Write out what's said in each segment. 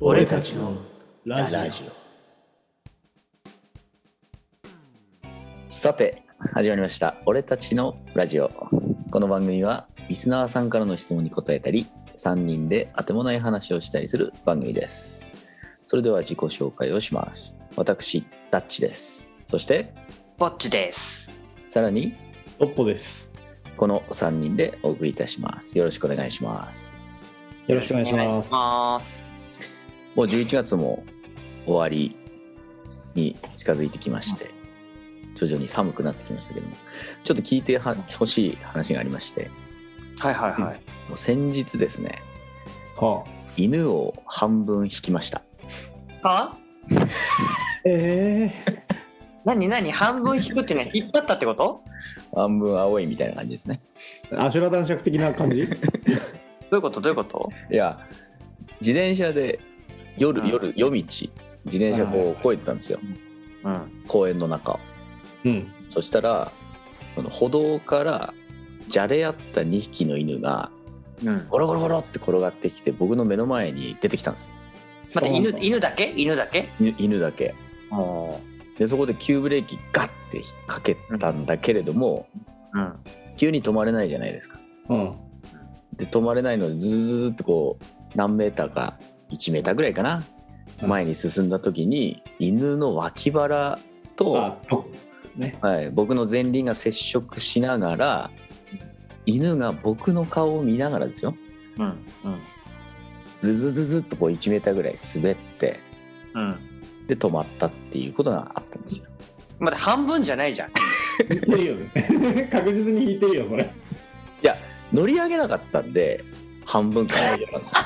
俺たちのラジオさて始まりました「俺たちのラジオ」この番組はリスナーさんからの質問に答えたり3人であてもない話をしたりする番組ですそれでは自己紹介をします私ダッチですそしてぼっちです。さらにトッポですこの3人でお送りいたしますよろしくお願いしますよろしくお願いしお願まいすします。もう11月も終わりに近づいてきまして徐々に寒くなってきましたけどもちょっと聞いてはほしい話がありましてはいはいはい。もう先日ですねはあ犬を半分引きましたはえ何何半分引くってね、引っ張ったってこと半分青いみたいな感じですねえー、アシュラ男爵的な感 じどういうことどういうこといや自転車で夜うん夜夜道自転車こう越えてたんですようん。公園の中をうんそしたらその歩道からじゃれ合った2匹の犬がうん。ゴロゴロゴロって転がってきて僕の目の前に出てきたんです待って、犬犬だけ犬だけ犬犬だけもでそこで急ブレーキガッてかけたんだけれども、う。うん。急に止まれないじゃないですかうんで止まれないのでずーっとこう何メーターか1メーターぐらいかなうん前に進んだ時に犬の脇腹とあ、とねはい、僕の前輪が接触しながら犬が僕の顔を見ながらですようん。うん。ズズズズっとこう1メーターぐらい滑ってうん。で止まったっていうことがあったんですよ待って、半分じゃないじゃん。引いてるよね 確実に引いてるよそれいや乗り上げなかったんで半分から上げたんですよ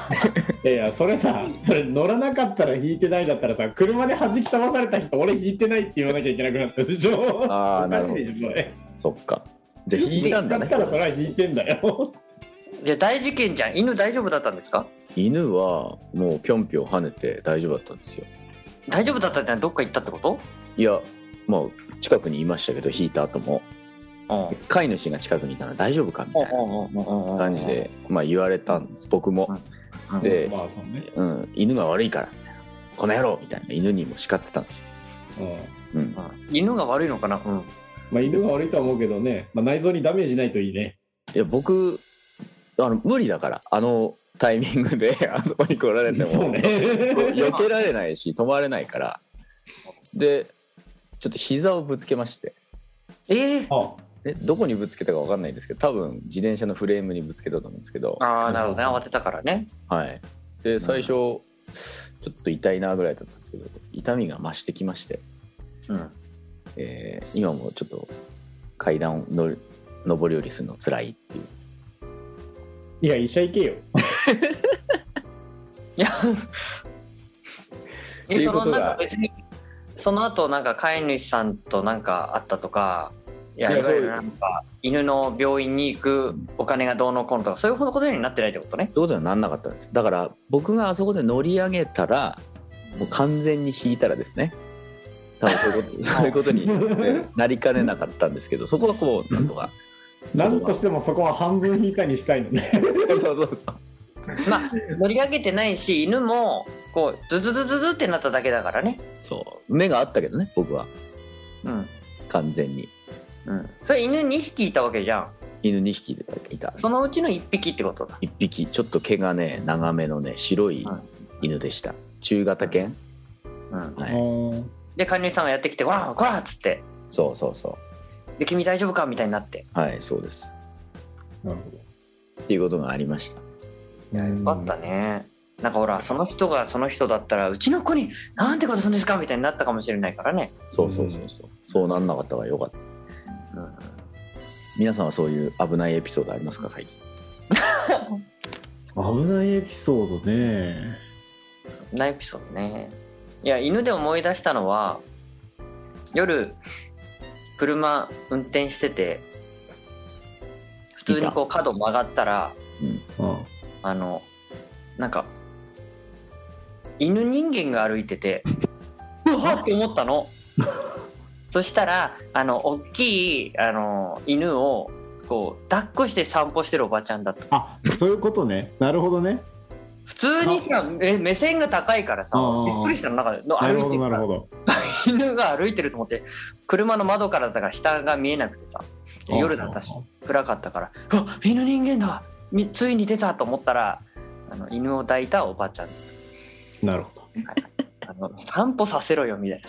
いやいやそれさそれ乗らなかったら引いてないだったらさ車で弾き飛ばされた人俺引いてないって言わなきゃいけなくなったでしょ あーなるほおどかしいでしょそれそっかじゃあ引いたんだだねったらそれは引いてんだよいや、大事件じゃん。犬大丈夫だったんですか犬はもうぴょんぴょん跳ねて大丈夫だったんですよ大丈夫だったってのはどっか行ったってこといやまあ近くにいましたけど引いた後もうん。飼い主が近くにいたら大丈夫かみたいな感じで、まあ、言われたんです僕も、うんでまあそのねうん、犬が悪いからみたいなこの野郎みたいな犬にも叱ってたんですうよ、んうんう、ん犬が悪いのかなうん。まあ犬が悪いとは思うけどね、まあ、内臓にダメージないといいねいや僕あの無理だからあのタイミングで あそこに来られてそもうね避けられないし止まれないからでちょっと膝をぶつけましてええ。あえどこにぶつけたか分かんないんですけど多分自転車のフレームにぶつけたと思うんですけどああ、なるほどね。慌てたからね。はい、で最初ちょっと痛いなぐらいだったんですけど痛みが増してきまして、うん。えー今もちょっと階段をのり上り下りするの辛いっていう いや医者行けよ いや、っえていそうこのとなんがか別にその後なんか飼い主さんとなんかあったとか、いやいやいわゆそうるなんか犬の病院に行くお金がどうのこうのとかそういうことになってないってことね。そういうことにはなんなかったんですよだから僕があそこで乗り上げたらもう完全に引いたらですね多分そういうことそういう ことにねなりかねなかったんですけどそこはこうなんとかなんとしてもそこは半分以下にしたいのね。 そうそうそうまあ乗り上げてないし犬もこうズズズズズってなっただけだからね。そう目があったけどね僕はうん。完全にうん、それ犬2匹いたわけじゃん犬2匹でいたそのうちの1匹ってことだ一匹ちょっと毛がね長めのね白い犬でした中型犬、うん はいで飼い主さんがやってきて「わらこら!」っつってそうそうそ「で君大丈夫か?」みたいになってうはいそうですなるほど。っていうことがありましたいやよかったねなんかほらその人がその人だったらうちの子になんてことするんですかみたいになったかもしれないからね、そうそうそうそう、そうなんなかったからよかったうん、皆さんはそういう危ないエピソードありますか最近危ないエピソードね。なエピソードねいや犬で思い出したのは夜車運転してて普通にこう角曲がったらうん。あのなんか犬人間が歩いててうわっって思ったのそしたらあの大きいあの犬をこう抱っこして散歩してるおばちゃんだったあ、そういうことね。なるほどね。普通にさめ目線が高いからさうんうんうんびっくりしたの中でのなる歩ほいてどなるほるど犬が歩いてると思って車の窓からだから下が見えなくてさで夜だったし暗かったから「あ犬人間だみついに出た!」と思ったらあの犬を抱いたおばあちゃんなるほどあの散歩させろよみたいな。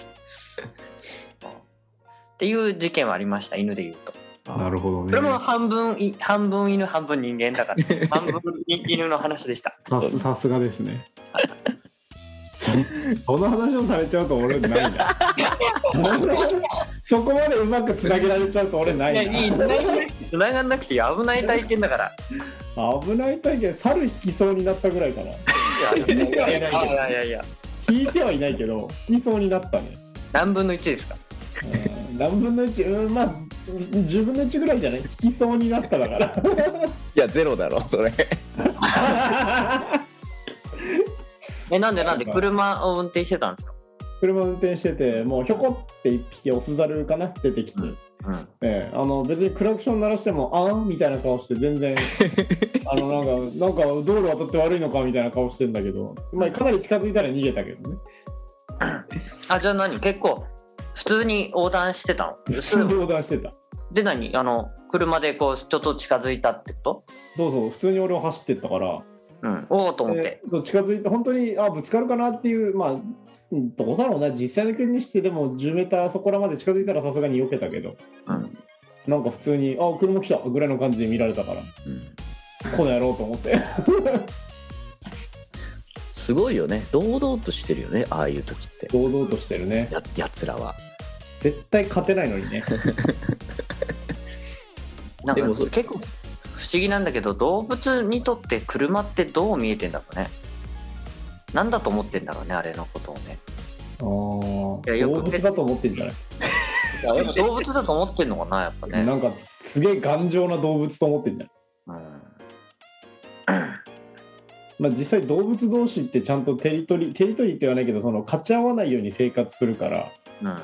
っていう事件はありました犬で言うと。なるほどそれもね半分い半分犬半分人間だから半分犬の話でした。さすさすがですね そこの話をされちゃうと俺ない なそんなそこまでうまくつなげられちゃうと俺ないいやないい繋がんなくて繋がんなくていい危ない体験だから。危ない体験猿引きそうになったぐらいかないやいやいいやいやいやいや引いてはいないけど引きそうになったね何分の1ですかうん何分の1うんまあ10分の1ぐらいじゃない引きそうになっただからいやゼロだろそれえなんでなんで車を運転してたんですか、車運転しててもうひょこって1匹オスザルかな出てきて、うん、ええあの別にクラクション鳴らしてもあーみたいな顔して全然あのなんかなんか道路渡って悪いのかみたいな顔してんだけど、まあ、かなり近づいたら逃げたけどねあじゃあ何結構普通に横断してたの普通に横断してたで何あの車でこうちょっと近づいたってこそうそう普通に俺を走ってったからとうんおおと思って、えーと近づいて本当にあぶつかるかなっていうまあうんどうだろうな実際の距離にしてでも 10m そこらまで近づいたらさすがに避けたけどうん、なんか普通に「あ車来た」ぐらいの感じで見られたからこの野郎と思って すごいよね堂々としてるよねああいう時って堂々としてるねややつらは絶対勝てないのに ねなんでもかそう結構不思議なんだけど動物にとって車ってどう見えてんだろうねなんだと思ってんだろうねあれのことをねあーいやよく動物だと思ってんじゃないやっぱ動物だと思ってんのかなやっぱねなんかすげえ頑丈な動物と思ってんじゃない、うんまあ、実際動物同士ってちゃんとテリトリーテリトリーって言わないけどその勝ち合わないように生活するからうん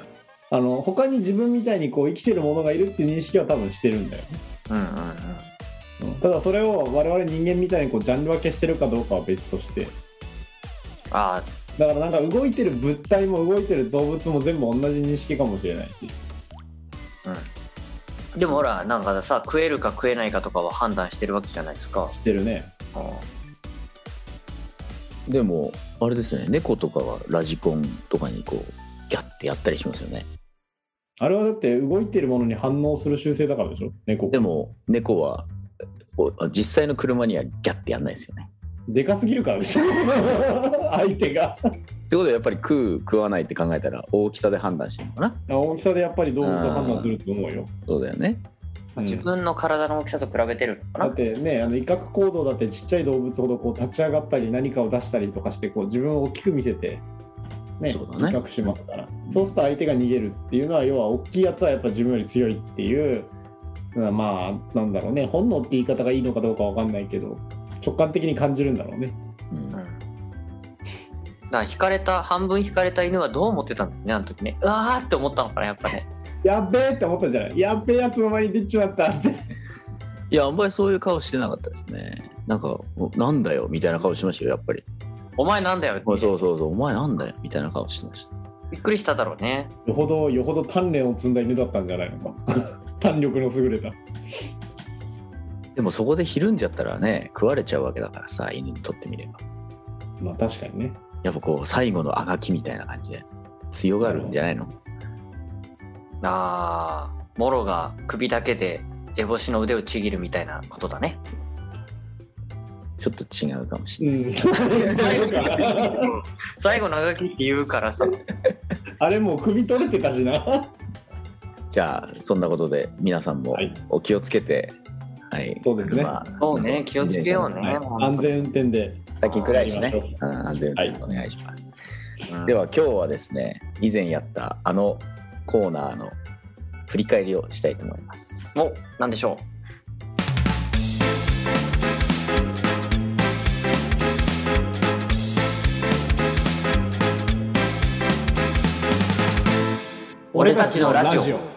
あの他に自分みたいにこう生きてるものがいるっていう認識は多分してるんだよね、うんうんうんただそれを我々人間みたいにこうジャンル分けしてるかどうかは別としてあだからなんか動いてる物体も動いてる動物も全部同じ認識かもしれないしーでもほらなんかさ食えるか食えないかとかは判断してるわけじゃないですかしてるねでもあれですよね猫とかはラジコンとかにこうギャッてやったりしますよねあれはだって動いてるものに反応する習性だからでしょ猫でも猫はお実際の車にはギャッてやんないですよねでかすぎるからでしょ 相手がってことはやっぱり食う食わないって考えたら大きさで判断してるのかな大きさでやっぱり動物を判断すると思うよ、そうだよねうん自分の体の大きさと比べてるだのかな、ってねあの威嚇行動だってちっちゃい動物ほどこう立ち上がったり何かを出したりとかしてこう自分を大きく見せて、ねそうだね威嚇しますからそうすると相手が逃げるっていうのは要は大きいやつはやっぱ自分より強いっていううんまあなんだろうね本能って言い方がいいのかどうかわかんないけど直感的に感じるんだろうねうんうんだから引かれた半分引かれた犬はどう思ってたんだろうねあの時ねうわーって思ったのかなやっぱねやっべえって思ったんじゃないやっべえやつの前に出ちまったっていやあんまりそういう顔してなかったですねなんかおなんだよみたいな顔しましたよやっぱりお前なんだよってそうそうそうお前なんだよみたいな顔してましたびっくりしただろうねよほどよほど鍛錬を積んだ犬だったんじゃないのか 胆力の優れたでもそこでひるんじゃったらね食われちゃうわけだからさ犬にとってみればまあ確かにねやっぱこう最後のあがきみたいな感じで強がるんじゃないのあーモロが首だけで烏帽子の腕をちぎるみたいなことだねちょっと違うかもしれうない、ん そうか最後のあがきって言うからさあれもう首取れてたしな。じゃあそんなことで皆さんもはいお気をつけてはい、そうですねまあそうね気をつけようね、はいもう安全運転で。先くらいしねやりましょうん安全運転でお願いします、うんでは今日はですね以前やったあのコーナーの振り返りをしたいと思いますおなんでしょう俺たちのラジオ。